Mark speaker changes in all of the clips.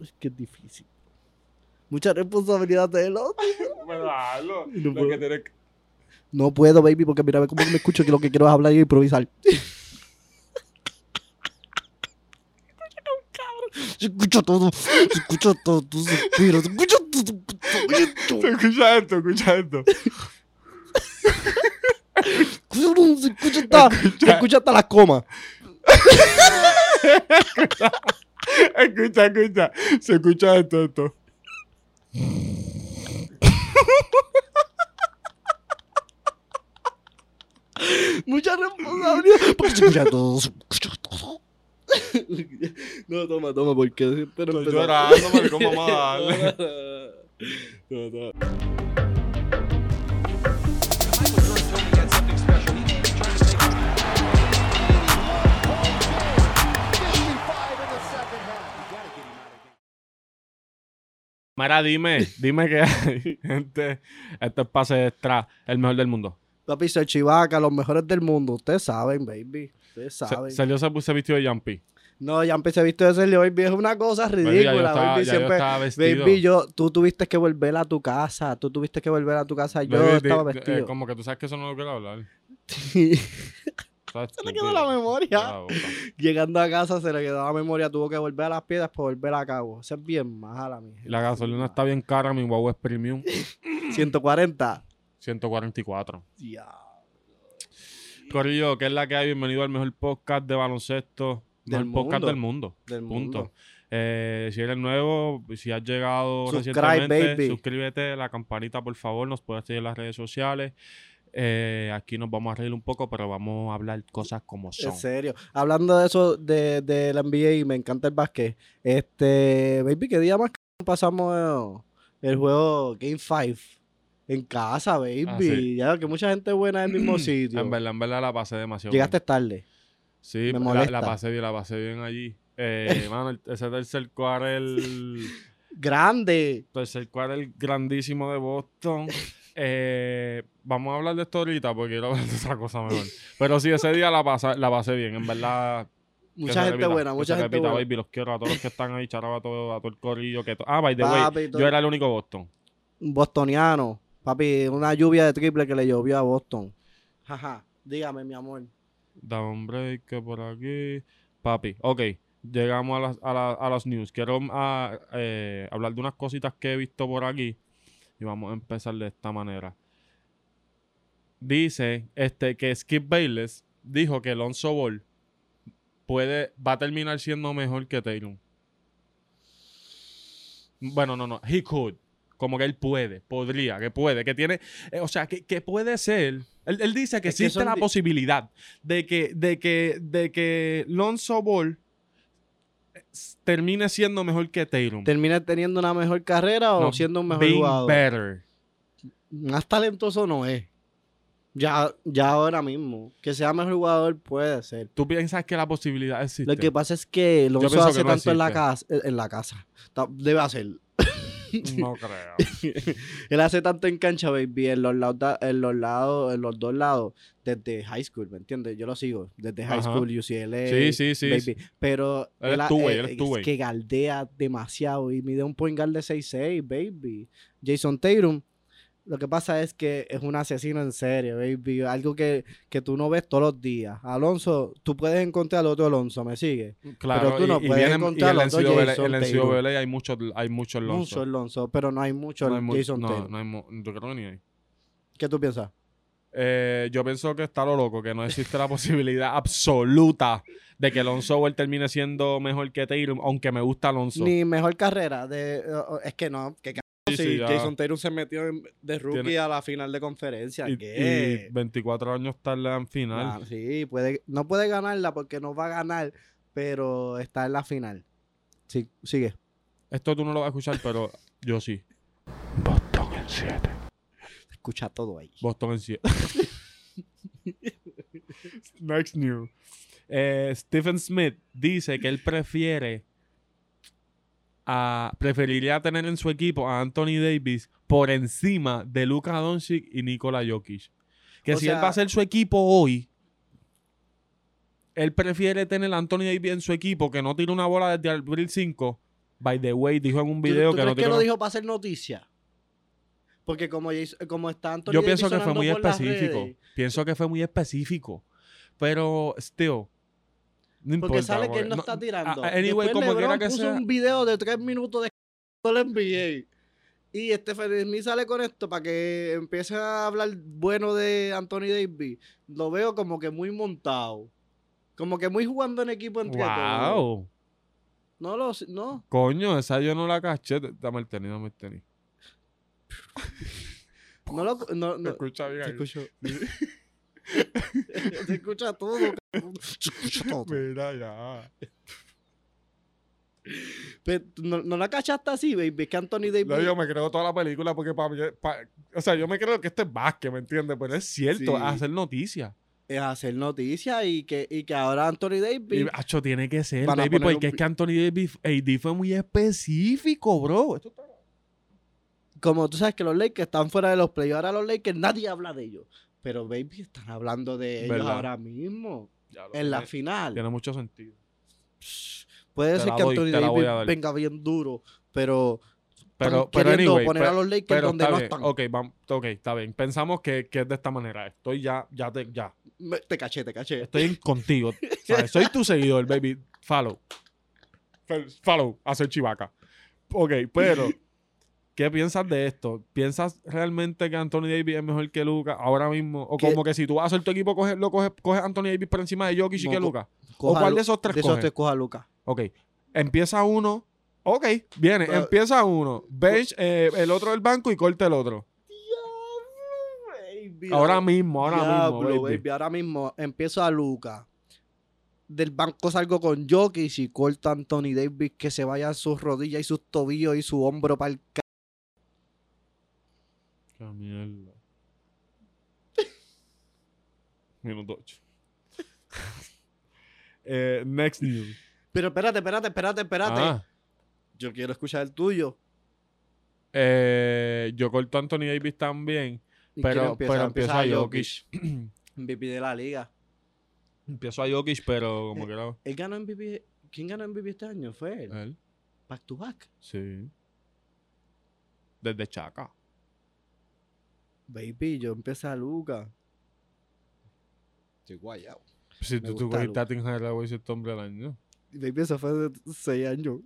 Speaker 1: Es que es difícil. Mucha responsabilidad de él.
Speaker 2: Bueno, hazlo.
Speaker 1: Y no
Speaker 2: Lo
Speaker 1: puedo.
Speaker 2: que tienes que-
Speaker 1: No puedo, baby, porque mira cómo me escucho que lo que quiero es hablar y improvisar. Se escucha todo, se escucha todo, tu suspiro, se escucha todo, todo, todo,
Speaker 2: Escucha esto, escucha esto.
Speaker 1: se escucha hasta, se escucha hasta las comas.
Speaker 2: Escucha, escucha. Se escucha esto, esto.
Speaker 1: Mucha responsabilidad. Porque se escucha todo, se escucha todo. No, toma, toma, porque pero
Speaker 2: Estoy
Speaker 1: empezar.
Speaker 2: llorando, maricón, vamos a darle.
Speaker 1: No, no.
Speaker 2: Mira, dime, dime que hay, gente. Este es pase extra, el mejor del mundo.
Speaker 1: Papi, soy Chivaca, los mejores del mundo. Ustedes saben, baby. Ustedes
Speaker 2: Se-
Speaker 1: saben.
Speaker 2: Salió se puso vestido de Jumpy.
Speaker 1: No, ya empecé a visto de Sergio Baby. Es una cosa
Speaker 2: Baby, ya yo
Speaker 1: ridícula,
Speaker 2: estaba,
Speaker 1: baby.
Speaker 2: ya yo
Speaker 1: Siempre.
Speaker 2: estaba vestido.
Speaker 1: Baby, yo, tú tuviste que volver a tu casa. Tú tuviste que volver a tu casa. Yo
Speaker 2: Baby, di-
Speaker 1: estaba
Speaker 2: di- eh,
Speaker 1: vestido.
Speaker 2: como que tú sabes que eso no lo quiero hablar. Se
Speaker 1: le quedó la memoria. Llegando a casa se le quedó la memoria. Tuvo que volver a las piedras para volver a cabo. Eso es bien mala, mi gente.
Speaker 2: La gasolina está bien cara, mi guagua es premium.
Speaker 1: 140.
Speaker 2: 144.
Speaker 1: Ya.
Speaker 2: Corillo, ¿qué es la que hay? Bienvenido al mejor podcast de baloncesto.
Speaker 1: Del
Speaker 2: Mejor podcast
Speaker 1: mundo.
Speaker 2: del mundo.
Speaker 1: Del
Speaker 2: Punto.
Speaker 1: mundo.
Speaker 2: Eh, si eres nuevo, si has llegado
Speaker 1: Subscribe,
Speaker 2: recientemente,
Speaker 1: baby.
Speaker 2: suscríbete, la campanita, por favor. Nos puedes seguir en las redes sociales. Eh, aquí nos vamos a reír un poco, pero vamos a hablar cosas como son.
Speaker 1: En serio. Hablando de eso, de, de la NBA y me encanta el básquet. Este, baby, ¿qué día más c- pasamos eh, el juego Game 5? En casa, baby.
Speaker 2: Ah, sí.
Speaker 1: Ya que mucha gente buena en el mismo sitio.
Speaker 2: En verdad, en verdad la pasé demasiado. bien.
Speaker 1: Llegaste tarde.
Speaker 2: Sí,
Speaker 1: Me
Speaker 2: la- la,
Speaker 1: molesta.
Speaker 2: pasé bien, la pasé bien allí. Eh, mano, el- ese tercer cuarel,
Speaker 1: Grande.
Speaker 2: tercer cuarel grandísimo de Boston. Eh, vamos a hablar de esto ahorita porque quiero hablar de otra cosa mejor. Pero sí, ese día la pasé, la pasé bien, en verdad. que se
Speaker 1: Mucha gente
Speaker 2: repita,
Speaker 1: buena,
Speaker 2: que
Speaker 1: mucha
Speaker 2: se
Speaker 1: gente
Speaker 2: repita,
Speaker 1: buena.
Speaker 2: baby, los quiero a todos los que están ahí, charaba a todo, a todo el corrillo. Que to- ah, by the
Speaker 1: Papi,
Speaker 2: way,
Speaker 1: todo-
Speaker 2: yo era el único Boston.
Speaker 1: Un Bostoniano. Papi, una lluvia de triple que le llovió a Boston. Jaja. Dígame, mi amor.
Speaker 2: Da un break que por aquí. Papi, ok. Llegamos a las, a la- a las news. Quiero ah, eh, hablar de unas cositas que he visto por aquí. Y vamos a empezar de esta manera. Dice este, que Skip Bayless dijo que Lonzo Ball puede, va a terminar siendo mejor que Taylor. Bueno, no, no. He could. Como que él puede, podría, que puede, que tiene. eh, o sea, que, que puede ser. Él, él dice que
Speaker 1: Es que
Speaker 2: existe
Speaker 1: son
Speaker 2: la
Speaker 1: di-
Speaker 2: posibilidad de que, de que, de que Lonzo Ball eh, s- termine siendo mejor que Taylor.
Speaker 1: ¿Termina teniendo una mejor carrera o
Speaker 2: No,
Speaker 1: siendo un mejor
Speaker 2: being
Speaker 1: jugador?
Speaker 2: better.
Speaker 1: más talentoso no es. Ya, ya ahora mismo. Que sea mejor jugador puede ser.
Speaker 2: ¿Tú piensas que la posibilidad existe?
Speaker 1: Lo que pasa es que lo
Speaker 2: pienso
Speaker 1: hace
Speaker 2: que no
Speaker 1: tanto en la,
Speaker 2: existe.
Speaker 1: casa, en la casa. Ta- Debe hacer.
Speaker 2: No creo.
Speaker 1: Él hace tanto en cancha, baby, en los, lados, da- en los lados, en los dos lados, desde high school, ¿me entiendes? Yo lo sigo, desde high
Speaker 2: Ajá.
Speaker 1: school, UCLA.
Speaker 2: sí, sí, sí.
Speaker 1: baby.
Speaker 2: sí.
Speaker 1: Pero
Speaker 2: Él es
Speaker 1: ha-
Speaker 2: two-way,
Speaker 1: eh,
Speaker 2: él es
Speaker 1: es
Speaker 2: two-way.
Speaker 1: que galdea demasiado y mide un point guard de 6'6", baby. Jason Tatum, lo que pasa es que es un asesino en serie, baby. Algo que, que tú no ves todos los días. Alonso, tú puedes encontrar al otro Alonso, ¿me sigue?
Speaker 2: Claro,
Speaker 1: tú
Speaker 2: y-
Speaker 1: no
Speaker 2: y,
Speaker 1: puedes
Speaker 2: vienen, y
Speaker 1: encontrar
Speaker 2: el
Speaker 1: los dos
Speaker 2: NCAA,
Speaker 1: Jason
Speaker 2: el
Speaker 1: Taylor.
Speaker 2: NCAA hay muchos hay muchos Lonzo.
Speaker 1: Mucho Alonso, pero no hay mucho
Speaker 2: no hay mu-
Speaker 1: Jason
Speaker 2: no,
Speaker 1: Tatum.
Speaker 2: no hay mu- yo creo que ni hay.
Speaker 1: ¿Qué tú piensas?
Speaker 2: Eh, yo pienso que está lo loco, que no existe la posibilidad absoluta de que Lonzo Ball termine siendo mejor que Taylor, aunque me gusta Lonzo.
Speaker 1: Ni mejor carrera. De, eh, es que no, que c-
Speaker 2: Sí,
Speaker 1: si
Speaker 2: sí, ya.
Speaker 1: Jason Tatum se metió en- de rookie
Speaker 2: Tiene-
Speaker 1: a la final de conferencia.
Speaker 2: y,
Speaker 1: ¿qué?
Speaker 2: y 24 años tarda en final.
Speaker 1: Ah, sí, puede, no puede ganarla porque no va a ganar, pero está en la final. Sí, sigue.
Speaker 2: Esto tú no lo vas a escuchar, pero yo sí.
Speaker 1: Se Escucha todo ahí.
Speaker 2: Boston en 7. Next news. Eh, Stephen Smith dice que él prefiere a preferiría tener en su equipo a Anthony Davis por encima de Luka Doncic y Nikola Jokic. Que
Speaker 1: O
Speaker 2: si él
Speaker 1: sea-
Speaker 2: va a ser su equipo hoy, él prefiere tener a Anthony Davis en su equipo que no tira una bola desde abril 5 By the way, dijo en un
Speaker 1: ¿Tú-
Speaker 2: video
Speaker 1: tú
Speaker 2: que no
Speaker 1: crees que
Speaker 2: tiene.
Speaker 1: lo dijo para hacer noticia? Porque como, Jason- como está Anthony
Speaker 2: Yo
Speaker 1: Davis
Speaker 2: pienso que fue
Speaker 1: sonando
Speaker 2: muy
Speaker 1: por las
Speaker 2: específico.
Speaker 1: redes,
Speaker 2: Pienso que fue muy específico. Pero, still. No importa.
Speaker 1: porque sale que él
Speaker 2: porque
Speaker 1: no, está tirando.
Speaker 2: a- a-
Speaker 1: Después
Speaker 2: anyway, como
Speaker 1: LeBron
Speaker 2: quiera que
Speaker 1: puso
Speaker 2: sea-
Speaker 1: un video de tres minutos de la NBA. Y este Fermín sale con esto para que empiece a hablar bueno de Anthony Davis. Lo veo como que muy montado. Como que muy jugando en equipo entre todos.
Speaker 2: Wow.
Speaker 1: No lo sé, no.
Speaker 2: Coño, esa yo no la caché. Dame el tenis, dame el tenis.
Speaker 1: No lo no,
Speaker 2: Se
Speaker 1: no-
Speaker 2: escucha bien.
Speaker 1: Te
Speaker 2: ahí.
Speaker 1: escucho. Se escucha todo. cabrón. Se escucha todo.
Speaker 2: Mira ya.
Speaker 1: Pe- no, no la cachaste así, baby. Es que Anthony Davis.
Speaker 2: No, yo me creo toda la película porque para mí- pa- o sea, yo me creo que esto es básquet, ¿me entiendes? Pero es cierto,
Speaker 1: Sí.
Speaker 2: hacer noticias.
Speaker 1: es hacer noticias y que, y que ahora Anthony
Speaker 2: Y,
Speaker 1: Davis.
Speaker 2: acho, tiene que ser,
Speaker 1: Van a
Speaker 2: baby,
Speaker 1: poner
Speaker 2: porque
Speaker 1: un
Speaker 2: es que Anthony Davis AD fue muy específico, bro. Esto está-
Speaker 1: Como tú sabes que los Lakers están fuera de los playoffs. Ahora los Lakers nadie habla de ellos. Pero, baby, están hablando de ellos
Speaker 2: ¿Verdad?
Speaker 1: ahora mismo.
Speaker 2: Ya lo-
Speaker 1: En la
Speaker 2: tiene-
Speaker 1: final.
Speaker 2: Tiene mucho sentido.
Speaker 1: Psh, Puede
Speaker 2: Te
Speaker 1: ser
Speaker 2: la
Speaker 1: que
Speaker 2: doy,
Speaker 1: Anthony
Speaker 2: te la voy a
Speaker 1: Davis
Speaker 2: dar.
Speaker 1: venga bien duro. Pero,
Speaker 2: Pero,
Speaker 1: están
Speaker 2: pero
Speaker 1: queriendo
Speaker 2: anyway,
Speaker 1: poner
Speaker 2: pe-
Speaker 1: a los Lakers
Speaker 2: pero
Speaker 1: donde
Speaker 2: está
Speaker 1: no
Speaker 2: bien.
Speaker 1: están.
Speaker 2: Ok, vam- ok, está bien. Pensamos que, que es de esta manera. Estoy ya, ya, te, ya.
Speaker 1: me- te caché, te caché.
Speaker 2: Estoy en- contigo. ¿sabes? Soy tu seguidor, baby. Follow. Fel- Follow. Hacer chivaca. Ok, pero. ¿Qué piensas de esto? ¿Piensas realmente que Anthony Davis es mejor que Luca ahora mismo? ¿O
Speaker 1: Que-
Speaker 2: como que si tú vas a hacer tu equipo, coges, lo coges, coges a Anthony Davis por encima de Jokic y
Speaker 1: No,
Speaker 2: que
Speaker 1: co-
Speaker 2: Luca? ¿O
Speaker 1: Coja
Speaker 2: cuál
Speaker 1: Lu-
Speaker 2: de esos tres
Speaker 1: de
Speaker 2: coges?
Speaker 1: esos tres coja Lucas.
Speaker 2: Ok. Empieza uno. Ok, viene.
Speaker 1: Pero-
Speaker 2: empieza uno. Bench eh, el otro del banco y corta el otro.
Speaker 1: Diablo, baby.
Speaker 2: Ahora mismo, ahora
Speaker 1: Diablo,
Speaker 2: mismo. baby.
Speaker 1: baby, Ahora mismo empiezo a Luca. Del banco salgo con Jokic y corta a Anthony Davis que se vaya a sus rodillas y sus tobillos y su hombro para el ca-
Speaker 2: Qué mierda. Minuto 8. eh, next news.
Speaker 1: Pero espérate, espérate, espérate, espérate.
Speaker 2: Ah,
Speaker 1: Yo quiero escuchar el tuyo.
Speaker 2: eh, yo corto a Anthony Davis también.
Speaker 1: ¿Y
Speaker 2: Pero-
Speaker 1: quién
Speaker 2: pero empieza
Speaker 1: MVP de la liga.
Speaker 2: Empiezo a Jokic, pero como que era
Speaker 1: Él ganó MVP. ¿Quién ganó MVP este año? Fue él.
Speaker 2: él.
Speaker 1: Back to back.
Speaker 2: Sí. Desde Chaca.
Speaker 1: Baby, yo empecé a Luca.
Speaker 2: Si
Speaker 1: Me
Speaker 2: tú, tú
Speaker 1: gusta
Speaker 2: cogiste a Tim Hardaway este hombre al año.
Speaker 1: Baby, eso fue de seis años.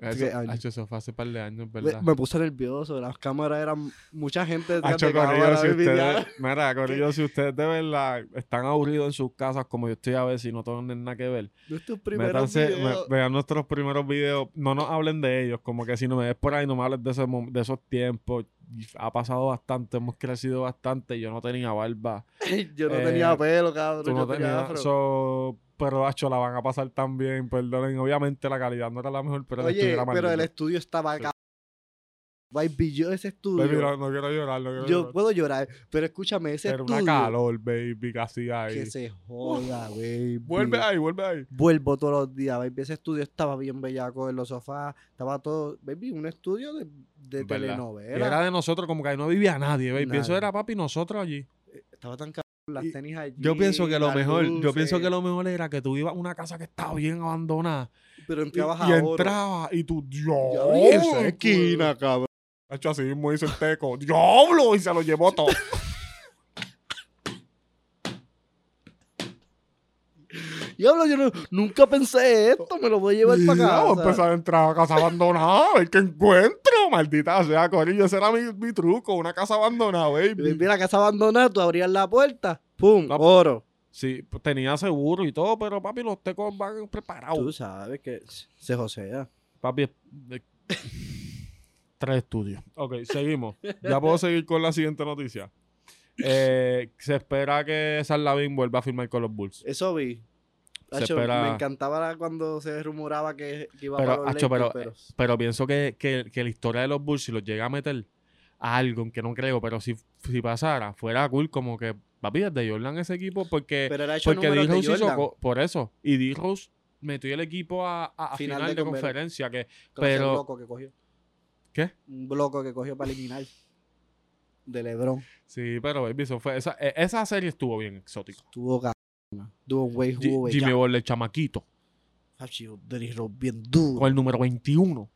Speaker 2: Eso,
Speaker 1: Tres años.
Speaker 2: Hacho, eso fue hace par de años,
Speaker 1: Me-
Speaker 2: ¿verdad?
Speaker 1: Me puse nervioso, las cámaras eran mucha gente detrás
Speaker 2: Hacho,
Speaker 1: de
Speaker 2: corrido,
Speaker 1: cámara, ah,
Speaker 2: si
Speaker 1: baby,
Speaker 2: ustedes,
Speaker 1: ya.
Speaker 2: mira, corrido, si ustedes de verdad están aburridos en sus casas como yo estoy a veces y no tienen nada que ver,
Speaker 1: Nuestros primeros
Speaker 2: Métanse- me-
Speaker 1: videos.
Speaker 2: vean nuestros primeros videos. No nos hablen de ellos. Como que si no me ves por ahí, no me hables de, ese mom- de esos tiempos. Y Ha pasado bastante, hemos crecido bastante. Yo no tenía barba.
Speaker 1: yo no
Speaker 2: eh,
Speaker 1: tenía pelo, cabrón.
Speaker 2: Tú
Speaker 1: yo
Speaker 2: no
Speaker 1: tenía
Speaker 2: tenías.
Speaker 1: afro.
Speaker 2: so, pero, hacho, la van a pasar también. Perdonen, obviamente la calidad no era la mejor, pero el estudio
Speaker 1: Oye,
Speaker 2: era más
Speaker 1: pero el
Speaker 2: lindo.
Speaker 1: estudio estaba acá. Baby, yo ese estudio.
Speaker 2: Baby, no, no quiero llorar, no quiero
Speaker 1: yo
Speaker 2: llorar.
Speaker 1: puedo llorar, pero escúchame, ese
Speaker 2: Era
Speaker 1: estudio.
Speaker 2: una calor, baby, casi
Speaker 1: Que
Speaker 2: ahí.
Speaker 1: se joda, baby.
Speaker 2: Vuelve ahí, vuelve ahí.
Speaker 1: Vuelvo todos los días, baby. Ese estudio estaba bien bellaco en los sofás. Estaba todo. Baby, un estudio de, de
Speaker 2: ¿Verdad? Y
Speaker 1: telenovela.
Speaker 2: era de nosotros, como que ahí no vivía nadie, baby. Eso
Speaker 1: Nadie.
Speaker 2: era papi y nosotros allí.
Speaker 1: Estaba tan cabrón. Las
Speaker 2: Y-
Speaker 1: tenis allí.
Speaker 2: Yo pienso que lo
Speaker 1: las
Speaker 2: mejor, yo pienso
Speaker 1: luces.
Speaker 2: que lo mejor era que tú ibas a una casa que estaba bien abandonada
Speaker 1: Pero
Speaker 2: y,
Speaker 1: entrabas
Speaker 2: y
Speaker 1: ahora.
Speaker 2: entrabas y tú,
Speaker 1: Diablo, pues".
Speaker 2: diablo,
Speaker 1: y esa esquina,
Speaker 2: cabrón. Hecho así mismo hizo el teco, diablo, y se lo llevó todo.
Speaker 1: Diablo, yo no- nunca pensé esto, me lo voy a llevar para
Speaker 2: Diablo,
Speaker 1: acá.
Speaker 2: empezar pues, a entrar a casa abandonada, a ver qué encuentro, maldita sea, corillo, ese era mi, mi truco, una casa abandonada, baby.
Speaker 1: la casa abandonada, tú abrías la puerta, ¡pum!
Speaker 2: No.
Speaker 1: oro.
Speaker 2: Sí, pues, tenía seguro y todo, pero papi, los tecos van
Speaker 1: Tú
Speaker 2: preparados.
Speaker 1: sabes que se josea.
Speaker 2: Papi, es- de- tres estudios. Ok, seguimos. Ya puedo seguir con la siguiente noticia. Eh, se espera que Sarlavín vuelva a firmar con los Bulls.
Speaker 1: Eso vi.
Speaker 2: Se
Speaker 1: Acho,
Speaker 2: espera-
Speaker 1: Me encantaba la- cuando se rumoraba que, que iba
Speaker 2: Pero,
Speaker 1: para los
Speaker 2: acho,
Speaker 1: Lakers,
Speaker 2: pero-
Speaker 1: pero,
Speaker 2: Pero pienso que, que- que la historia de los Bulls, si los llega a meter a algo, aunque no creo, pero si, si pasara, fuera cool como que, papi, desde Jordan ese equipo, porque,
Speaker 1: pero era hecho
Speaker 2: porque
Speaker 1: números de
Speaker 2: D-Rose hizo
Speaker 1: Jordan,
Speaker 2: co- por eso. Y D-Rose metió el equipo a, a- a final, de, conferencia, que
Speaker 1: gracias al
Speaker 2: pero-
Speaker 1: loco que cogió.
Speaker 2: ¿Qué?
Speaker 1: Un bloco que cogió para eliminar. De Lebron.
Speaker 2: sí, pero baby, eso fue, esa, e- esa serie estuvo bien exótica.
Speaker 1: Tuvo gana. Tuvo un güey
Speaker 2: Ji-
Speaker 1: jugó
Speaker 2: Jimmy
Speaker 1: bellaco.
Speaker 2: Butler, chamaquito.
Speaker 1: Hacho, Derrick Rose bien duro.
Speaker 2: Con el número 21.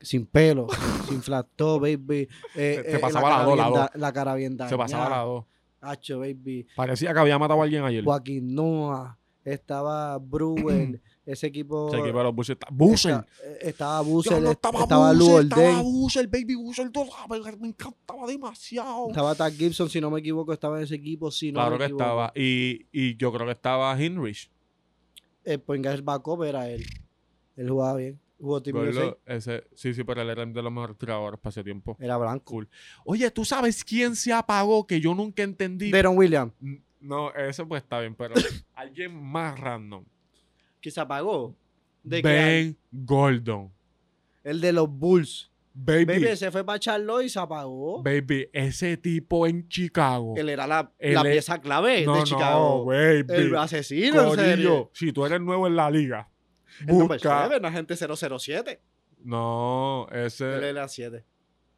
Speaker 1: Sin pelo, sin flat top, baby. Eh,
Speaker 2: Se- se
Speaker 1: eh,
Speaker 2: pasaba
Speaker 1: cara
Speaker 2: la dos,
Speaker 1: bien
Speaker 2: la
Speaker 1: da- la cara bien dañada.
Speaker 2: Se pasaba la 2.
Speaker 1: Hacho, baby.
Speaker 2: Parecía que había matado a alguien ayer.
Speaker 1: Joaquín Noah. Estaba Brewer. ese equipo.
Speaker 2: Se equipó a los Bulls. Está...
Speaker 1: esta-
Speaker 2: ¡Busel!
Speaker 1: eh, estaba Busel.
Speaker 2: Diablo,
Speaker 1: estaba,
Speaker 2: Busel,
Speaker 1: Lou
Speaker 2: Estaba
Speaker 1: Holiday,
Speaker 2: Busel, baby Busel. tú sabes, Me encantaba demasiado.
Speaker 1: Estaba Tad Gibson, si no me equivoco, estaba en ese equipo. Si no
Speaker 2: claro
Speaker 1: me
Speaker 2: que
Speaker 1: equivoco.
Speaker 2: estaba. Y, y yo creo que estaba Hinrich.
Speaker 1: El point guard backup era él. Él jugaba bien. Jugó Team
Speaker 2: Gordo,
Speaker 1: USA.
Speaker 2: ese, sí, sí, pero él era de los mejores tiradores para ese tiempo.
Speaker 1: Era blanco.
Speaker 2: Oye, ¿tú sabes quién se apagó que yo nunca entendí?
Speaker 1: Deron Williams.
Speaker 2: N- No, eso pues está bien, pero alguien más random.
Speaker 1: Que se apagó. ¿De qué año?
Speaker 2: Ben Gordon.
Speaker 1: El de los Bulls.
Speaker 2: Baby,
Speaker 1: Baby,
Speaker 2: baby,
Speaker 1: se fue para Charlotte y se apagó.
Speaker 2: ese tipo en Chicago.
Speaker 1: Él era la,
Speaker 2: Él
Speaker 1: la
Speaker 2: es-
Speaker 1: pieza clave
Speaker 2: no,
Speaker 1: de
Speaker 2: no,
Speaker 1: Chicago.
Speaker 2: baby.
Speaker 1: el asesino, en serio.
Speaker 2: Corillo, si tú eres nuevo en la liga,
Speaker 1: El número
Speaker 2: busca.
Speaker 1: 7, la gente 007.
Speaker 2: No, ese.
Speaker 1: Él era 7.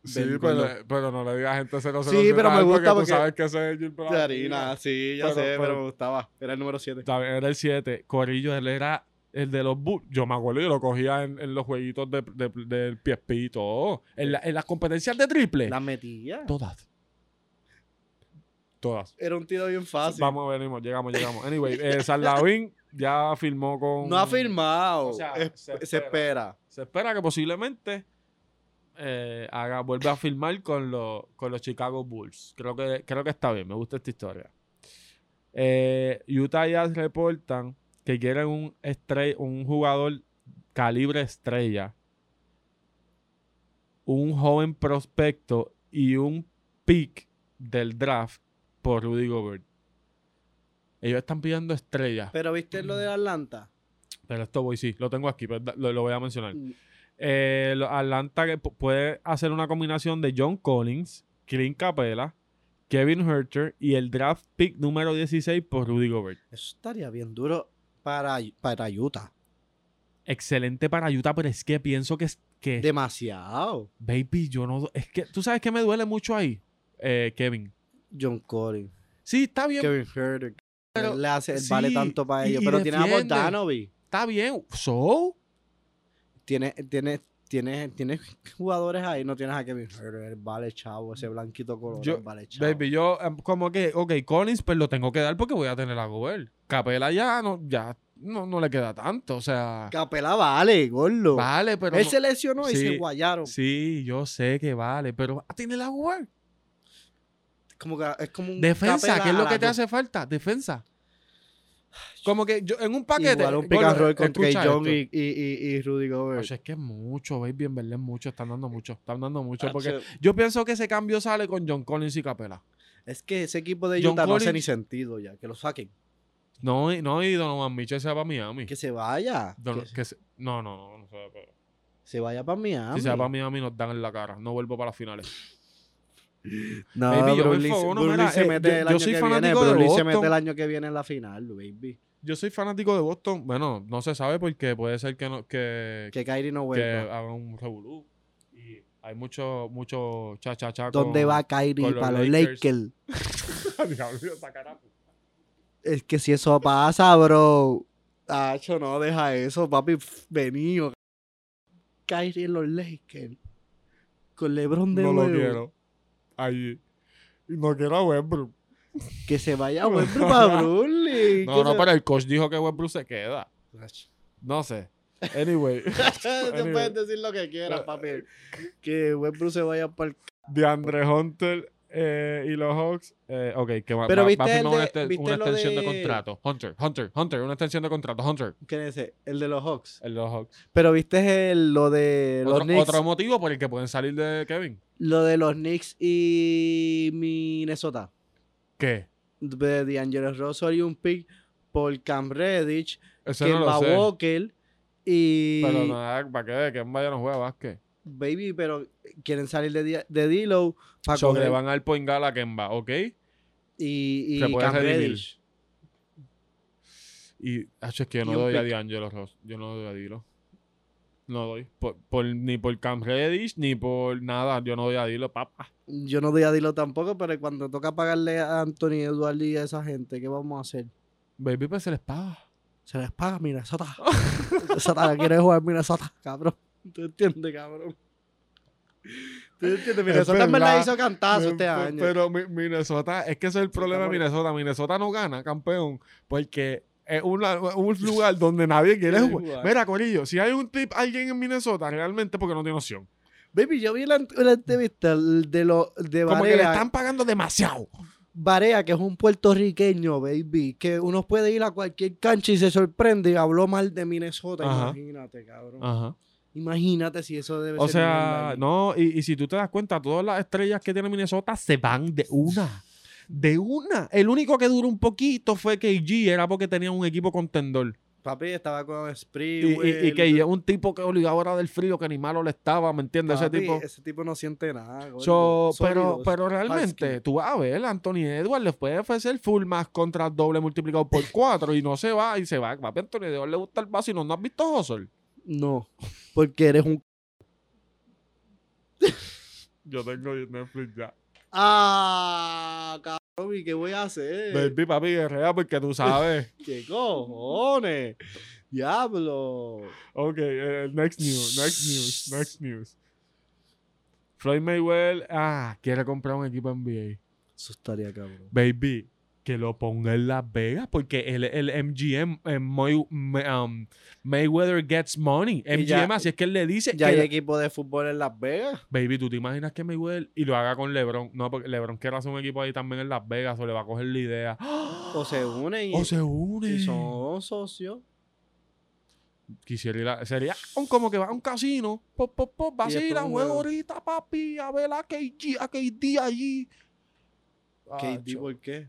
Speaker 2: sí,
Speaker 1: Ben
Speaker 2: pero,
Speaker 1: Gordon.
Speaker 2: pero no le digas gente 00.
Speaker 1: Sí, pero me gusta
Speaker 2: porque
Speaker 1: porque- ah.
Speaker 2: tú sabes que ese es Gil Blas.
Speaker 1: De harina, sí, ya
Speaker 2: Ah, Pero-
Speaker 1: sé, pero,
Speaker 2: pero-
Speaker 1: me gustaba. Era el número 7.
Speaker 2: Está bien, Era el 7. Corillo, él era el de los Bulls. Yo me acuerdo, yo lo cogía en, en los jueguitos de- de- del PSP y todo. En, la- en las competencias de triple.
Speaker 1: La metía.
Speaker 2: Todas. Todas.
Speaker 1: Era un tiro bien fácil.
Speaker 2: Vamos, venimos, llegamos, llegamos. Anyway, eh, San Lavín ya firmó con.
Speaker 1: No ha firmado.
Speaker 2: O sea,
Speaker 1: Es-
Speaker 2: se
Speaker 1: se,
Speaker 2: espera.
Speaker 1: espera.
Speaker 2: Se espera que posiblemente eh, haga, vuelva a firmar con, los con los Chicago Bulls. Creo que, creo que está bien, me gusta esta historia. Eh, Utah Jazz reportan que quieren un, estre- un jugador calibre estrella, un joven prospecto y un pick del draft por Rudy Gobert. Ellos están pidiendo estrellas.
Speaker 1: Pero viste lo de
Speaker 2: Mm.
Speaker 1: Atlanta.
Speaker 2: Pero esto voy, sí, lo tengo aquí, pero da- lo, lo voy a mencionar.
Speaker 1: Mm.
Speaker 2: Eh, lo- Atlanta que pu- puede hacer una combinación de John Collins, Clint Capela, Kevin Herter y el draft pick número 16 por Rudy Gobert.
Speaker 1: Eso estaría bien duro para, para Utah.
Speaker 2: Excelente para Utah, pero es que pienso que, es- que
Speaker 1: Demasiado.
Speaker 2: baby, yo no, es que, tú sabes que me duele mucho ahí, Eh, Kevin.
Speaker 1: John Collins.
Speaker 2: Sí, está bien,
Speaker 1: Kevin Herter.
Speaker 2: Pero-
Speaker 1: le hace, él
Speaker 2: sí,
Speaker 1: vale tanto para
Speaker 2: y-
Speaker 1: ellos.
Speaker 2: y
Speaker 1: Pero tiene a
Speaker 2: defiende.
Speaker 1: Bogdanovic.
Speaker 2: está bien. So,
Speaker 1: Tiene, tiene, tiene, tiene jugadores ahí. No tienes a Kevin Herter. Él vale chavo. Ese blanquito color
Speaker 2: Yo-
Speaker 1: vale chavo.
Speaker 2: baby, yo em, como que, ok, Collins, pues lo tengo que dar porque voy a tener a Gobert. Capela ya no, ya no, no le queda tanto, o sea,
Speaker 1: Capela vale, gordo.
Speaker 2: vale, pero
Speaker 1: él
Speaker 2: no-
Speaker 1: se lesionó y se
Speaker 2: Sí,
Speaker 1: guayaron.
Speaker 2: Sí, yo sé que vale, pero ah, tiene la Gobert.
Speaker 1: Como que, es como un
Speaker 2: Defensa,
Speaker 1: Capela
Speaker 2: ¿qué es
Speaker 1: a
Speaker 2: lo
Speaker 1: la
Speaker 2: que te
Speaker 1: dos.
Speaker 2: hace falta? Defensa. Como que yo, en un paquete.
Speaker 1: Igual un pick
Speaker 2: Gordo,
Speaker 1: and roll con Trey
Speaker 2: escucha
Speaker 1: Young
Speaker 2: esto.
Speaker 1: y, y, y, y Rudy Gobert.
Speaker 2: O sea, es que es mucho, baby, en verdad es mucho, están dando mucho, están dando mucho. Porque yo pienso que ese cambio sale con John Collins y Capela.
Speaker 1: es que ese equipo de
Speaker 2: John
Speaker 1: Utah no hace
Speaker 2: Collins-
Speaker 1: ni sentido ya. Que lo saquen.
Speaker 2: No, y- no, y Donovan Mitchell se va para Miami.
Speaker 1: Que se vaya.
Speaker 2: Dono-
Speaker 1: que se-
Speaker 2: que se- no, no, no, no se va para
Speaker 1: se vaya para Miami.
Speaker 2: Si se va para Miami, nos dan en la cara. No vuelvo para las finales.
Speaker 1: No,
Speaker 2: Baby, yo me
Speaker 1: Brooklyn,
Speaker 2: enfogono,
Speaker 1: Brooklyn
Speaker 2: mira,
Speaker 1: se
Speaker 2: eh,
Speaker 1: mete
Speaker 2: yo-
Speaker 1: el
Speaker 2: yo
Speaker 1: año
Speaker 2: soy
Speaker 1: que viene.
Speaker 2: fanático de
Speaker 1: Brooklyn se
Speaker 2: Boston.
Speaker 1: mete el año que viene en la final, baby.
Speaker 2: Yo soy fanático de Boston. Bueno, no se sabe porque puede ser que no, que,
Speaker 1: Que Kyrie no
Speaker 2: que
Speaker 1: vuelva.
Speaker 2: hagan un revolú. Y hay mucho, mucho cha cha cha.
Speaker 1: ¿Dónde
Speaker 2: con-
Speaker 1: va Kyrie
Speaker 2: con los
Speaker 1: para los
Speaker 2: Lakers.
Speaker 1: Lakers?
Speaker 2: Diablo, esa cara. pues.
Speaker 1: Es que si eso pasa, bro. Hacho, no deja eso, papi. Pff, Venido. Kyrie en los Lakers. Con LeBron de
Speaker 2: No lo
Speaker 1: nuevo.
Speaker 2: quiero. Allí. Y No quiero a Westbrook.
Speaker 1: Que se vaya Westbrook para Brooklyn.
Speaker 2: No,
Speaker 1: que
Speaker 2: no,
Speaker 1: se-
Speaker 2: pero el coach dijo que Westbrook se queda.
Speaker 1: Hacho.
Speaker 2: No sé. Anyway,
Speaker 1: Tú puedes decir lo que quieras, papi. Que Westbrook se vaya para el...
Speaker 2: de Andre Hunter eh, y los Hawks. eh, ok, que va,
Speaker 1: Pero
Speaker 2: va- va
Speaker 1: viste
Speaker 2: a
Speaker 1: el
Speaker 2: firmar una,
Speaker 1: de-
Speaker 2: exten-
Speaker 1: viste
Speaker 2: una
Speaker 1: lo
Speaker 2: extensión de...
Speaker 1: de-
Speaker 2: contrato. Hunter, Hunter, Hunter, una extensión de contrato. Hunter,
Speaker 1: ¿Quién es ese? El de los Hawks.
Speaker 2: el de los Hawks.
Speaker 1: Pero viste el- lo de los
Speaker 2: Otro,
Speaker 1: Knicks.
Speaker 2: otro motivo por el que pueden salir de Kevin.
Speaker 1: Lo de los Knicks y Minnesota.
Speaker 2: ¿Qué?
Speaker 1: De D'Angelo Russell y un pick por Cam Reddish,
Speaker 2: Eso no
Speaker 1: Kemba
Speaker 2: lo sé.
Speaker 1: Walker y...
Speaker 2: Pero nada, ¿para qué? Que vaya no juega básquet.
Speaker 1: Baby, pero quieren salir de, Dia- de D-Low para
Speaker 2: So, que le van al point guard a Kemba, ¿ok?
Speaker 1: y,
Speaker 2: se
Speaker 1: y
Speaker 2: puede
Speaker 1: Cam
Speaker 2: redimir.
Speaker 1: Reddish.
Speaker 2: Y, acho, es que yo no
Speaker 1: Y un
Speaker 2: doy a
Speaker 1: pick.
Speaker 2: D'Angelo Ross. Yo no doy a Dilo. No doy. Por, por- ni por Cam Reddish, ni por nada. Yo no doy a Dilo, papá.
Speaker 1: Yo no doy a Dilo tampoco, pero cuando toca pagarle a Anthony Edwards y a esa gente, ¿qué vamos a hacer?
Speaker 2: Baby, pues se les paga.
Speaker 1: se les paga Minnesota. Minnesota que quiere jugar Minnesota, cabrón. ¿Tú entiendes, cabrón? ¿Tú entiendes? Minnesota en verdad
Speaker 2: verdad.
Speaker 1: hizo cantazo este
Speaker 2: Pe-
Speaker 1: año.
Speaker 2: Pero Mi- Minnesota, es que ese es el problema de
Speaker 1: estamos-
Speaker 2: Minnesota. Minnesota no gana, campeón, porque es una- un lugar donde nadie quiere
Speaker 1: Quiere
Speaker 2: jugar.
Speaker 1: jugar.
Speaker 2: Mira, Corillo, si hay un tip alguien en Minnesota, realmente porque no tiene opción.
Speaker 1: Baby, yo vi la, la entrevista de, lo, de
Speaker 2: Como que le
Speaker 1: Barea.
Speaker 2: están pagando demasiado.
Speaker 1: Barea, que es un puertorriqueño, baby, que uno puede ir a cualquier cancha y se sorprende y habló mal de Minnesota.
Speaker 2: Ajá.
Speaker 1: Imagínate, cabrón.
Speaker 2: Ajá.
Speaker 1: Imagínate si eso debe
Speaker 2: O
Speaker 1: ser.
Speaker 2: sea,
Speaker 1: nivel
Speaker 2: no, y, y si tú te das cuenta, todas las estrellas que tiene Minnesota se van de una. De una. El único que duró un poquito fue KG, era porque tenía un equipo contendor.
Speaker 1: light. Papi estaba con
Speaker 2: Y,
Speaker 1: Spree.
Speaker 2: y- y que es un tipo que obligado era del frío, que ni malo le estaba, ¿me entiendes? Ese tipo.
Speaker 1: Ese tipo no siente nada. gordo.
Speaker 2: So, pero,
Speaker 1: Sólido.
Speaker 2: pero realmente,
Speaker 1: Husky.
Speaker 2: tú vas a ver, Anthony Edwards le puede ofrecer full más contra doble multiplicado por cuatro y no se va, y se va. Papi, Anthony Edwards le gusta el vacío, ¿no has visto Hustle?
Speaker 1: No, porque eres un.
Speaker 2: Yo tengo Netflix ya.
Speaker 1: ¡Ah! Cabrón, ¿y qué voy a hacer?
Speaker 2: Baby, papi, guerrea, porque tú sabes.
Speaker 1: ¿Qué cojones? ¡Diablo!
Speaker 2: ok, eh, next news, next news, next news. Floyd Mayweather, ah, quiere comprar un equipo NBA.
Speaker 1: Eso estaría cabrón.
Speaker 2: Baby, que lo ponga en Las Vegas, porque el, el MGM, eh, May- May- um, Mayweather gets money.
Speaker 1: Y
Speaker 2: MGM,
Speaker 1: ya-
Speaker 2: así es que él le dice
Speaker 1: Ya
Speaker 2: que
Speaker 1: hay
Speaker 2: la-
Speaker 1: equipo de fútbol en Las Vegas.
Speaker 2: Baby, ¿tú te imaginas que Mayweather y lo haga con LeBron? No, porque LeBron quiere hacer un equipo ahí también en Las Vegas o le va a coger la idea.
Speaker 1: O se unen y,
Speaker 2: O se une.
Speaker 1: y son socios.
Speaker 2: Quisiera ir a- Sería un- como que va a un casino. Pop, pop, pop.
Speaker 1: después
Speaker 2: Vacila,
Speaker 1: un
Speaker 2: juega
Speaker 1: juego.
Speaker 2: ahorita, papi. A ver a KG, a KD allí. Ah,
Speaker 1: KD,
Speaker 2: cho-
Speaker 1: ¿por qué?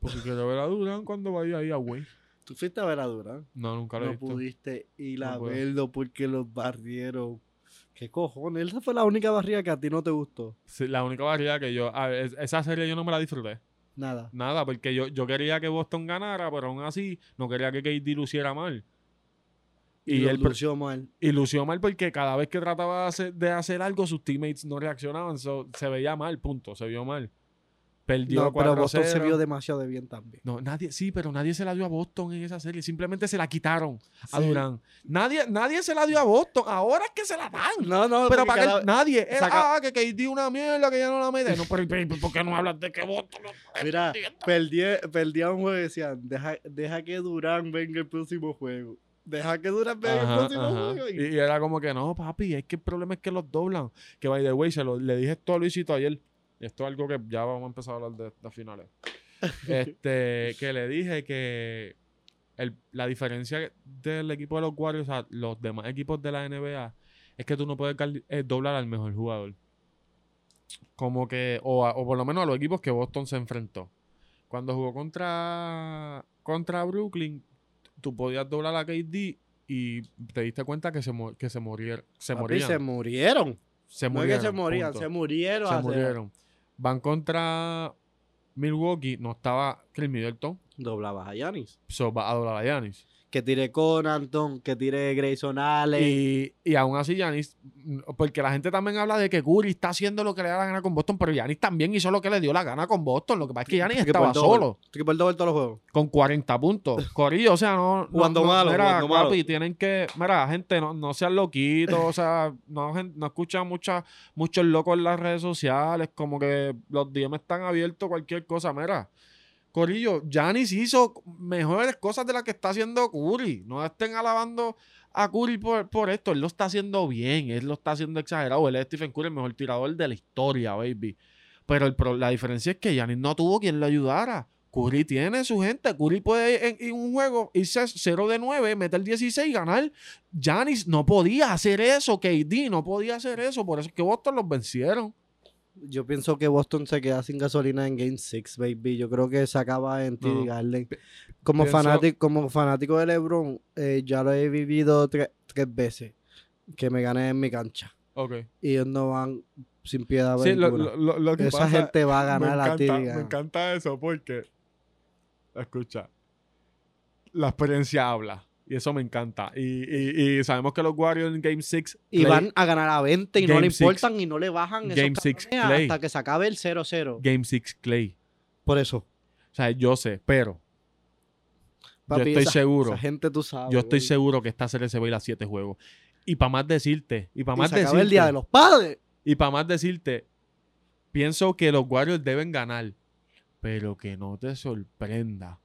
Speaker 2: Porque quiero ver a Durán cuando vaya ahí a güey.
Speaker 1: Tú fuiste a ver a Durán.
Speaker 2: No, nunca lo he
Speaker 1: No
Speaker 2: visto.
Speaker 1: pudiste ir a
Speaker 2: No puedo.
Speaker 1: verlo porque los barrieron. ¿Qué cojones? Esa fue la única barrida que a ti no te gustó.
Speaker 2: Sí, La única variedad que yo... a- es- esa serie yo no me la disfruté.
Speaker 1: Nada.
Speaker 2: Nada, porque yo, yo quería que Boston ganara, pero aún así no quería que KD luciera mal.
Speaker 1: Y,
Speaker 2: Y
Speaker 1: lo
Speaker 2: el pro-
Speaker 1: lució mal.
Speaker 2: Y lució mal porque cada vez que trataba de hacer, de hacer algo, sus teammates no reaccionaban. so, se veía mal, punto. Se vio mal. Perdió
Speaker 1: No, pero Boston se
Speaker 2: 4-0.
Speaker 1: vio demasiado bien también.
Speaker 2: No, nadie, sí, pero nadie se la dio a Boston en esa serie. Simplemente se la quitaron a
Speaker 1: Sí.
Speaker 2: Durán. Nadie, nadie se la dio a Boston. Ahora es que se la dan.
Speaker 1: No, no,
Speaker 2: pero
Speaker 1: porque
Speaker 2: para que
Speaker 1: cada-
Speaker 2: nadie. Era,
Speaker 1: saca-
Speaker 2: ah, que KD una mierda que ya no la mete. No, pero, pero, ¿por qué no hablas de que Boston? no-
Speaker 1: Mira, perdí, perdí a un juego y decían, deja, deja que Durán venga el próximo juego. Deja que Durán venga el
Speaker 2: Ajá,
Speaker 1: próximo
Speaker 2: ajá.
Speaker 1: juego.
Speaker 2: Y, y era como que no, papi, es que el problema es que los doblan. Que by the way, se lo, le dije esto a Luisito ayer. Y esto es algo que ya vamos a empezar a hablar de las finales. Este, que le dije que el- la diferencia del equipo de los Warriors a los demás equipos de la NBA es que tú no puedes cal- eh, doblar al mejor jugador. Como que, o, a- o por lo menos a los equipos que Boston se enfrentó. Cuando jugó contra, contra Brooklyn, tú podías doblar a KD y te diste cuenta que se, mo- que se, murier- se
Speaker 1: Papi,
Speaker 2: morían.
Speaker 1: se murieron.
Speaker 2: Se
Speaker 1: No es que se
Speaker 2: murieron,
Speaker 1: morían,
Speaker 2: punto.
Speaker 1: se murieron.
Speaker 2: Se
Speaker 1: hace-
Speaker 2: murieron. Van contra Milwaukee, no estaba Chris Middleton,
Speaker 1: Doblabas a Yanis.
Speaker 2: so va a doblar a Giannis.
Speaker 1: Que tire Conanton, que tire Grayson Allen.
Speaker 2: Y, y aún así Giannis, mm, porque la gente también habla de que Curry está haciendo lo que le da la gana con Boston, pero Giannis también hizo lo que le dio la gana con Boston. Lo que pasa es que Giannis
Speaker 1: Que por
Speaker 2: estaba
Speaker 1: doble.
Speaker 2: solo,
Speaker 1: Que por doble todos los juegos.
Speaker 2: con 40 puntos. Corillo, o sea, no... no-
Speaker 1: Jugando
Speaker 2: no,
Speaker 1: malo,
Speaker 2: mira,
Speaker 1: jugando malo.
Speaker 2: papi, tienen que... Mira, gente, no, no sean loquitos, o sea, no, gen- no escuchan mucha, muchos locos en las redes sociales, como que los DM están abiertos, cualquier cosa, mira... Corillo, Giannis hizo mejores cosas de las que está haciendo Curry. No estén alabando a Curry por, por esto. Él lo está haciendo bien. Él lo está haciendo exagerado. Él es Stephen Curry, el mejor tirador de la historia, baby. Pero el pro- la diferencia es que Giannis no tuvo quien le ayudara. Curry tiene su gente. Curry puede en, en un juego irse 0 de 9, meter 16 y ganar. Giannis no podía hacer eso. KD no podía hacer eso. Por eso es que Boston los vencieron.
Speaker 1: Yo pienso que Boston se queda sin gasolina en Game 6, baby. Yo creo que se acaba en TD
Speaker 2: No.
Speaker 1: Garden. Como,
Speaker 2: pienso-
Speaker 1: fanático, como fanático de LeBron, eh, ya lo he vivido tre- tres veces. Que me gané en mi cancha.
Speaker 2: Ok.
Speaker 1: Y ellos no van sin piedad.
Speaker 2: Sí, lo,
Speaker 1: alguna.
Speaker 2: lo- lo- lo que
Speaker 1: Esa
Speaker 2: pasa-
Speaker 1: gente va a ganar
Speaker 2: me
Speaker 1: la
Speaker 2: encanta,
Speaker 1: TD
Speaker 2: me encanta eso porque, escucha, la experiencia habla. Y eso me encanta. Y, y- y sabemos que los Warriors en Game 6...
Speaker 1: Y van a ganar a 20 y no
Speaker 2: Game
Speaker 1: le
Speaker 2: six.
Speaker 1: importan y no le bajan esos
Speaker 2: Game six,
Speaker 1: cabrones
Speaker 2: Clay.
Speaker 1: hasta que se acabe el 0-0.
Speaker 2: Game 6 Clay.
Speaker 1: Por eso.
Speaker 2: O sea, yo sé, pero
Speaker 1: Papi,
Speaker 2: estoy
Speaker 1: esa-
Speaker 2: seguro.
Speaker 1: esa gente tú sabes.
Speaker 2: Yo estoy
Speaker 1: baby.
Speaker 2: seguro que esta serie se va a ir a siete juegos. Y para más decirte, y para
Speaker 1: Y
Speaker 2: más
Speaker 1: se acaba
Speaker 2: decirte,
Speaker 1: el día de los padres.
Speaker 2: y para más decirte, pienso que los Warriors deben ganar, pero que no te sorprenda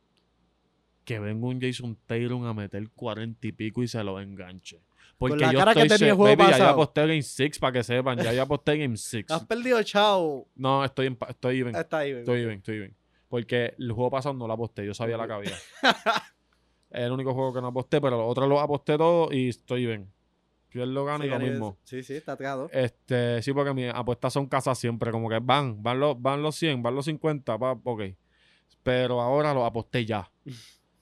Speaker 2: que venga un Jason Taylor a meter cuarenta y pico y se lo enganche. Porque
Speaker 1: la
Speaker 2: yo
Speaker 1: cara que
Speaker 2: estoy
Speaker 1: tenía el
Speaker 2: se-
Speaker 1: juego
Speaker 2: baby, ya yo
Speaker 1: pasado. Ah.
Speaker 2: aposté Game 6 para que sepan, ya yo aposté Game 6.
Speaker 1: Has perdido, chao.
Speaker 2: No, estoy en pa- estoy even,
Speaker 1: Está ahí, baby.
Speaker 2: estoy even, estoy even. Porque el juego pasado no lo aposté, yo sabía la cabida. el único juego que no aposté, pero los otros los aposté todos y estoy bien. Si él lo gana
Speaker 1: Sí,
Speaker 2: y lo
Speaker 1: Gary,
Speaker 2: mismo.
Speaker 1: Sí, sí, está atacado.
Speaker 2: Este, sí, porque mis apuestas son casas siempre, como que van, van los, van los 100, van los 50, pa, ok. Pero ahora los aposté ya.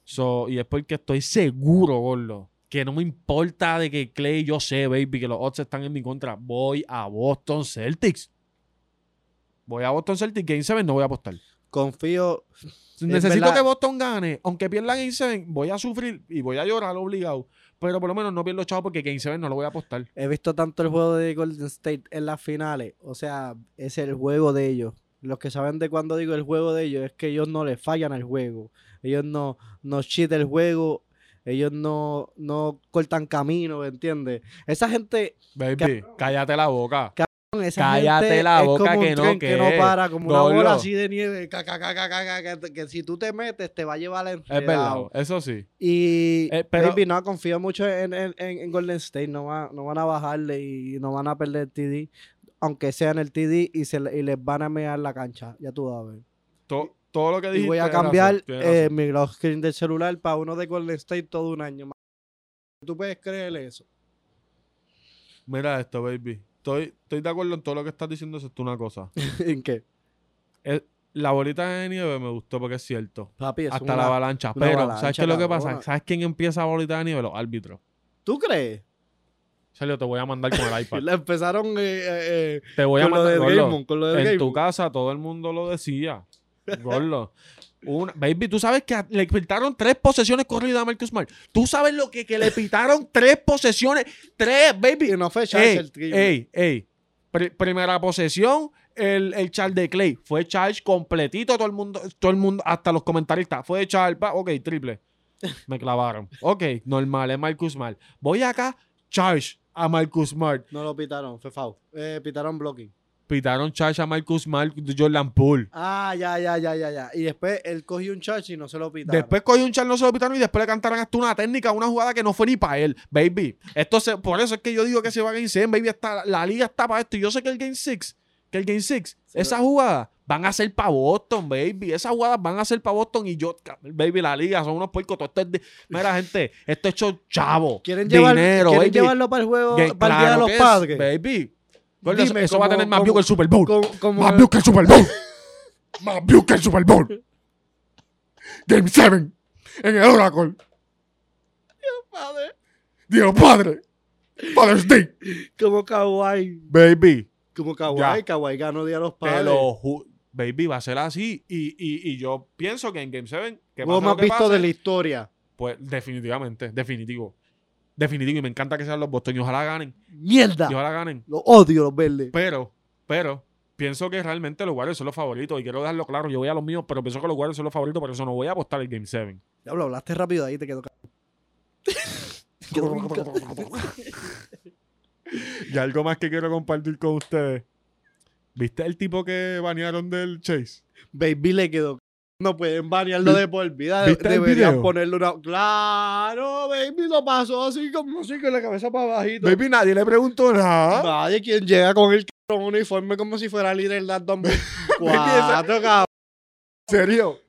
Speaker 2: So, y es porque estoy seguro, gordo, que no me importa de que Clay, yo sé, baby, que los odds están en mi contra. Voy a Boston Celtics. Voy a Boston Celtics, Game 7 no voy a apostar.
Speaker 1: Confío.
Speaker 2: Si Necesito
Speaker 1: verdad.
Speaker 2: que Boston gane. Aunque pierda Game 7, voy a sufrir y voy a llorar obligado. Pero por lo menos no pierdo chavo porque Game 7 no lo voy a apostar.
Speaker 1: He visto tanto el juego de Golden State en las finales. O sea, es el juego de ellos. Los que saben de cuando digo el juego de ellos es que ellos no le fallan al juego. Ellos no, no cheat el juego. Ellos no, no cortan camino, ¿me entiendes? Esa gente.
Speaker 2: Baby, cállate la boca.
Speaker 1: esa
Speaker 2: Cállate
Speaker 1: gente
Speaker 2: la
Speaker 1: es
Speaker 2: boca
Speaker 1: como un
Speaker 2: que no,
Speaker 1: tren
Speaker 2: que
Speaker 1: no
Speaker 2: es,
Speaker 1: para, como una
Speaker 2: gordo.
Speaker 1: bola así de nieve. ca, ca, ca, ca, ca, ca, que, que si tú te metes, te va a llevar enredado.
Speaker 2: Es verdad, eso sí.
Speaker 1: Y
Speaker 2: Eh, pero-
Speaker 1: baby, no confío mucho en, en- en- en Golden State. No, va- no van a bajarle y no van a perder el TD. Aunque sea en el TD y, se, le- y les van a mear la cancha. Ya tú sabes.
Speaker 2: To- todo lo que dijiste.
Speaker 1: Y voy a
Speaker 2: razón,
Speaker 1: cambiar
Speaker 2: tienes
Speaker 1: eh,
Speaker 2: razón.
Speaker 1: mi lock screen del celular para uno de Golden State todo un año. ma- ¿Tú puedes creer eso?
Speaker 2: Mira esto, baby. Estoy, estoy de acuerdo en todo lo que estás diciendo, excepto una cosa.
Speaker 1: ¿En qué?
Speaker 2: Eh, la bolita de nieve me gustó porque es cierto.
Speaker 1: Papi, es
Speaker 2: Hasta
Speaker 1: una-
Speaker 2: la avalancha.
Speaker 1: una
Speaker 2: Pero, ¿sabes
Speaker 1: avalancha,
Speaker 2: qué es lo que pasa?
Speaker 1: cabrona.
Speaker 2: ¿Sabes quién empieza la bolita de nieve? Los árbitros.
Speaker 1: ¿Tú crees?
Speaker 2: Sergio, te voy a mandar con el iPad.
Speaker 1: La empezaron eh, eh, eh,
Speaker 2: Te voy a
Speaker 1: con, lo
Speaker 2: mandar
Speaker 1: de
Speaker 2: gordo,
Speaker 1: Draymond, con lo de
Speaker 2: En
Speaker 1: Draymond.
Speaker 2: tu casa todo el mundo lo decía. Gordo. Una- baby, tú sabes que a- le pitaron tres posesiones corridas a Marcus Smart. Tú sabes lo que, que le pitaron tres posesiones. Tres, baby.
Speaker 1: Y no fue chance
Speaker 2: Ey,
Speaker 1: el triple.
Speaker 2: ey, ey. Pri- primera posesión, el, el charge de Clay. Fue charge completito, todo el mundo, todo el mundo, hasta los comentaristas. Fue charge, pa, ok, triple. Me clavaron. Ok, normal, es Marcus Smart. Voy acá, charge a Marcus Smart.
Speaker 1: No lo pitaron, fue foul. Eh, pitaron blocking.
Speaker 2: Pitaron charge a Marcus Smart, Jordan Poole.
Speaker 1: Ah, ya, ya, ya, ya, ya. Y después él cogió un charge y no se lo pitaron.
Speaker 2: Después cogió un charge, no se lo pitaron y después le cantaron hasta una técnica, una jugada que no fue ni para él. Baby, esto se- por eso es que yo digo que se va a Game 7, baby, está, la liga está para esto. Y yo sé que el Game 6, que el Game 6,
Speaker 1: Sí,
Speaker 2: esas jugadas van a ser para Boston, baby. Esas jugadas van a ser para Boston y yo, ca- baby, la liga son unos puercos. Todo esto es de- mira, gente, esto es hecho chavo,
Speaker 1: quieren, llevar-
Speaker 2: dinero,
Speaker 1: quieren
Speaker 2: baby.
Speaker 1: llevarlo para el juego,
Speaker 2: Game-
Speaker 1: para el día de
Speaker 2: claro
Speaker 1: los
Speaker 2: que es,
Speaker 1: padres.
Speaker 2: Baby, Gordo, eso,
Speaker 1: Dime,
Speaker 2: eso va a
Speaker 1: ¿cómo-
Speaker 2: tener más
Speaker 1: cómo-
Speaker 2: view que el Super Bowl.
Speaker 1: Como- como-
Speaker 2: Más views que el Super Bowl. Más views que el Super Bowl. Game 7 en el Oracle.
Speaker 1: padre,
Speaker 2: Dios Padre. Father's Day.
Speaker 1: como Kawhi.
Speaker 2: Baby.
Speaker 1: Como
Speaker 2: Ya.
Speaker 1: Kawhi. Kawhi ganó día de los
Speaker 2: Te
Speaker 1: padres.
Speaker 2: lo ju- Baby, va a ser así. Y, y, y yo pienso que en Game 7. Que
Speaker 1: Lo
Speaker 2: pase
Speaker 1: más
Speaker 2: lo que
Speaker 1: visto
Speaker 2: pase,
Speaker 1: de la historia.
Speaker 2: Pues definitivamente. Definitivo. Definitivo. Y me encanta que sean los Boston. Y ojalá ganen.
Speaker 1: ¡Mierda!
Speaker 2: Y ojalá ganen.
Speaker 1: Lo odio los verdes.
Speaker 2: Pero, pero, pienso que realmente los Warriors son los favoritos. Y quiero dejarlo claro, yo voy a los míos, pero pienso que los Warriors son los favoritos, por eso no voy a apostar el Game 7.
Speaker 1: Diablo, hablaste rápido ahí, te quedó. ca- Quedó bien ca-
Speaker 2: y algo más que quiero compartir con ustedes. ¿Viste el tipo que banearon del Chase?
Speaker 1: Baby le quedó. ca- No pueden banearlo
Speaker 2: Vi-
Speaker 1: de por vida.
Speaker 2: ¿viste el
Speaker 1: deberían
Speaker 2: video?
Speaker 1: ponerle una. Claro, baby lo pasó así como así con la cabeza para bajito.
Speaker 2: Baby, ¿ah? nadie le preguntó nada.
Speaker 1: Nadie quien llega con el cabrón uniforme como si fuera líder del 2004, cabrón.
Speaker 2: ¿En serio?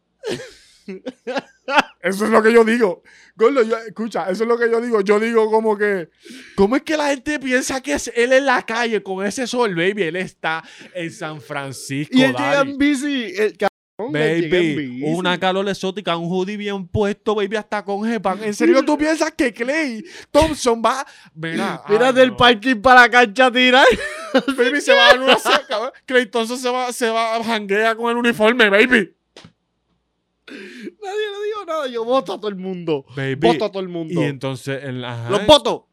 Speaker 2: Eso es lo que yo digo. Gordo, yo- escucha, eso es lo que yo digo. Yo digo como que... ¿Cómo es que la gente piensa que es él en la calle con ese sol, baby? Él está en San Francisco,
Speaker 1: Y él llega
Speaker 2: daddy.
Speaker 1: en bici. El cabrón. él llega en
Speaker 2: Baby,
Speaker 1: bici.
Speaker 2: una calor exótica, un hoodie bien puesto, baby, hasta con jepan. ¿En serio tú piensas que Clay Thompson va? Mira,
Speaker 1: Mira
Speaker 2: ay,
Speaker 1: del
Speaker 2: ah, no.
Speaker 1: parking para la cancha a tirar.
Speaker 2: Baby, se va a dar una saca. Clay Thompson se va, se va a janguea con el uniforme, baby.
Speaker 1: Nadie le dijo nada. Yo voto a todo el mundo.
Speaker 2: Baby. ¿eh?
Speaker 1: Voto a todo el mundo.
Speaker 2: Y entonces, en la- ajá,
Speaker 1: Los voto.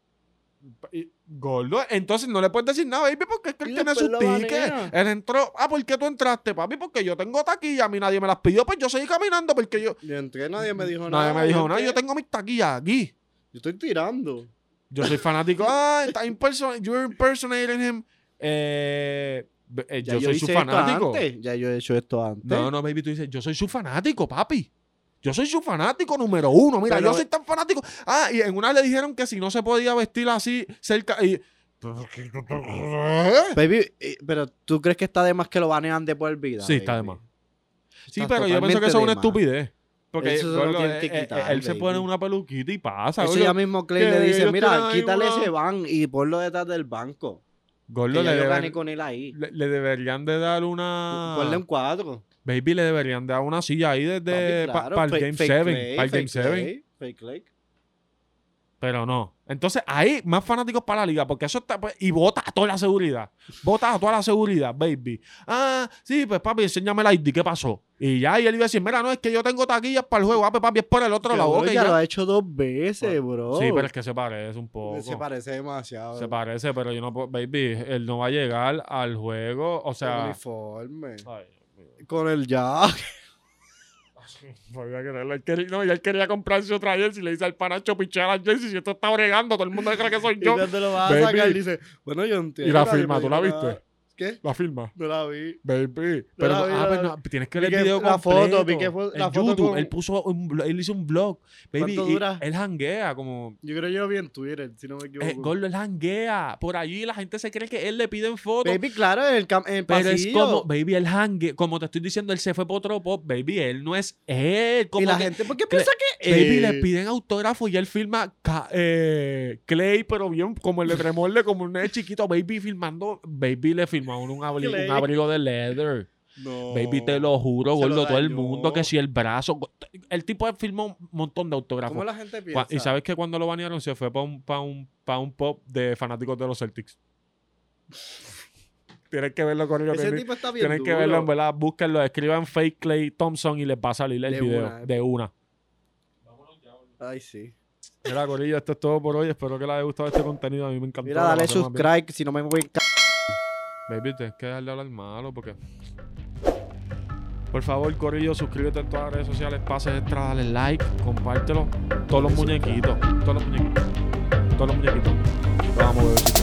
Speaker 2: y- Gordo, entonces no le puedes decir nada, baby, porque es que él
Speaker 1: Y
Speaker 2: tiene
Speaker 1: después
Speaker 2: sus
Speaker 1: lo
Speaker 2: tickets.
Speaker 1: banea.
Speaker 2: Él entró. Ah, ¿por qué tú entraste, papi? Porque yo tengo taquillas, a mí nadie me las pidió, pues yo seguí caminando porque yo.
Speaker 1: Yo entré, nadie me dijo nada.
Speaker 2: nadie me dijo nada,
Speaker 1: entré.
Speaker 2: yo tengo mis taquillas aquí.
Speaker 1: Yo estoy tirando.
Speaker 2: Yo soy fanático. ah, está imperson you're impersonating him. Eh, eh,
Speaker 1: Ya
Speaker 2: yo, soy su
Speaker 1: hice esto
Speaker 2: fanático.
Speaker 1: antes. Ya yo he hecho esto antes.
Speaker 2: No, no, baby, tú dices, yo soy su fanático, papi. Yo soy su fanático número uno. Mira,
Speaker 1: Pero-
Speaker 2: yo soy tan fanático. Ah, y en una le dijeron que si no se podía vestir así cerca. Y... ¿Pero qué tú te crees?
Speaker 1: Baby, eh, pero ¿tú crees que está de más que lo banean de por vida?
Speaker 2: Sí, está de
Speaker 1: baby?
Speaker 2: más. Sí,
Speaker 1: Estás
Speaker 2: pero yo pienso
Speaker 1: totalmente
Speaker 2: que eso es una
Speaker 1: de más.
Speaker 2: estupidez. Porque
Speaker 1: Eso se lo
Speaker 2: gordo,
Speaker 1: tienen que
Speaker 2: eh, eh,
Speaker 1: quitar,
Speaker 2: él se
Speaker 1: baby.
Speaker 2: pone una peluquita y pasa.
Speaker 1: Eso
Speaker 2: gordo.
Speaker 1: ya mismo Clay
Speaker 2: que
Speaker 1: le dice,
Speaker 2: ellos
Speaker 1: mira,
Speaker 2: tienen ahí
Speaker 1: quítale
Speaker 2: una-
Speaker 1: ese van y ponlo detrás del banco. Que
Speaker 2: Gordo,
Speaker 1: ya
Speaker 2: le,
Speaker 1: yo
Speaker 2: deben-
Speaker 1: gané con él ahí.
Speaker 2: le- le deberían de dar una...
Speaker 1: Ponle un cuadro.
Speaker 2: Baby, le deberían de dar una silla ahí
Speaker 1: Papi,
Speaker 2: desde pa-
Speaker 1: claro,
Speaker 2: para
Speaker 1: fake-
Speaker 2: el Game
Speaker 1: fake
Speaker 2: 7.
Speaker 1: Clay,
Speaker 2: Para el Game
Speaker 1: fake
Speaker 2: 7.
Speaker 1: Clay, fake Clay.
Speaker 2: Pero no. Entonces, ahí más fanáticos para la liga, porque eso está. pues, y votas a toda la seguridad. Votas a toda la seguridad, baby. Ah, sí, pues papi, enséñame la ID, ¿qué pasó? Y ya, y él iba a decir, mira, no, es que yo tengo taquillas para el juego, ah, pues, papi, es por el otro
Speaker 1: Que,
Speaker 2: lado.
Speaker 1: bro,
Speaker 2: ok,
Speaker 1: ya
Speaker 2: ya.
Speaker 1: lo ha hecho dos veces, bro.
Speaker 2: Sí, pero es que se parece un poco.
Speaker 1: Se parece demasiado.
Speaker 2: Se parece, pero yo no puedo. Baby, él no va a llegar al juego, o
Speaker 1: El
Speaker 2: sea.
Speaker 1: uniforme.
Speaker 2: Ay,
Speaker 1: Con el jack.
Speaker 2: podía creerlo. Él quería- no, y él quería comprarse otra jersey y le dice al panacho pichar a la jersey si esto está bregando, todo el mundo cree que soy
Speaker 1: Y
Speaker 2: yo.
Speaker 1: cuando lo vas
Speaker 2: Baby.
Speaker 1: a sacar, dice, bueno, yo
Speaker 2: Y
Speaker 1: entiendo.
Speaker 2: la
Speaker 1: nadie
Speaker 2: firma,
Speaker 1: me
Speaker 2: ¿tú la
Speaker 1: dijo nada.
Speaker 2: viste?
Speaker 1: ¿Qué?
Speaker 2: La firma.
Speaker 1: No la vi.
Speaker 2: Baby.
Speaker 1: Pero
Speaker 2: Pero,
Speaker 1: la vi,
Speaker 2: ah,
Speaker 1: la
Speaker 2: pues,
Speaker 1: vi.
Speaker 2: no, tienes que
Speaker 1: Vi
Speaker 2: ver
Speaker 1: que
Speaker 2: el video
Speaker 1: la foto,
Speaker 2: completo.
Speaker 1: vi que fue- la
Speaker 2: en
Speaker 1: foto
Speaker 2: YouTube,
Speaker 1: con-
Speaker 2: él puso un, blo- él hizo un blog. Baby,
Speaker 1: ¿Cuánto
Speaker 2: y
Speaker 1: dura?
Speaker 2: él janguea como...
Speaker 1: Yo creo que yo lo vi en Twitter, si no me equivoco.
Speaker 2: Eh, Gordo, él janguea. Por allí la gente se cree que él le piden fotos.
Speaker 1: Baby, claro, en el, cam- en el
Speaker 2: pero es
Speaker 1: pasillo.
Speaker 2: como, baby, él janguea. Como te estoy diciendo, él se fue por otro pop. Baby, él no es él. Como
Speaker 1: y la
Speaker 2: que-
Speaker 1: gente, ¿por qué
Speaker 2: que le-
Speaker 1: piensa que
Speaker 2: Baby,
Speaker 1: eh,
Speaker 2: le piden autógrafo y él firma ca- eh, Clay, pero bien como el de Tremolde, como un nene chiquito. Baby filmando. Baby le firmó un, abri-
Speaker 1: Clay.
Speaker 2: un abrigo de leather.
Speaker 1: No.
Speaker 2: Baby, te lo juro,
Speaker 1: Se
Speaker 2: gordo,
Speaker 1: lo
Speaker 2: todo el
Speaker 1: dañó.
Speaker 2: mundo, que si el brazo. go- El tipo firmó un montón de
Speaker 1: ¿Cómo
Speaker 2: autógrafos.
Speaker 1: la gente
Speaker 2: Cua-
Speaker 1: piensa?
Speaker 2: Y sabes que cuando lo banearon se fue para un, pa un, pa un pop de fanáticos de los Celtics. Tienes que verlo con
Speaker 1: Ese
Speaker 2: Tienes
Speaker 1: tipo está bien
Speaker 2: Tienen que
Speaker 1: duro.
Speaker 2: verlo, en verdad. Búsquenlo, escriban Fake Clay Thompson y les va a salir el
Speaker 1: De
Speaker 2: video
Speaker 1: una. eh.
Speaker 2: de una.
Speaker 1: Ay, sí.
Speaker 2: Mira, Corillo, esto es todo por hoy. Espero que les haya gustado este contenido. A mí me encantó.
Speaker 1: Mira,
Speaker 2: la
Speaker 1: dale
Speaker 2: pasé más bien.
Speaker 1: subscribe, si no me voy a
Speaker 2: Baby, tienes que dejarle hablar malo porque. Por favor, Corillo, suscríbete en todas las redes sociales, pases extra, dale like, compártelo. Todos los muñequitos, todos los muñequitos, todos los muñequitos. Vamos, bebecito.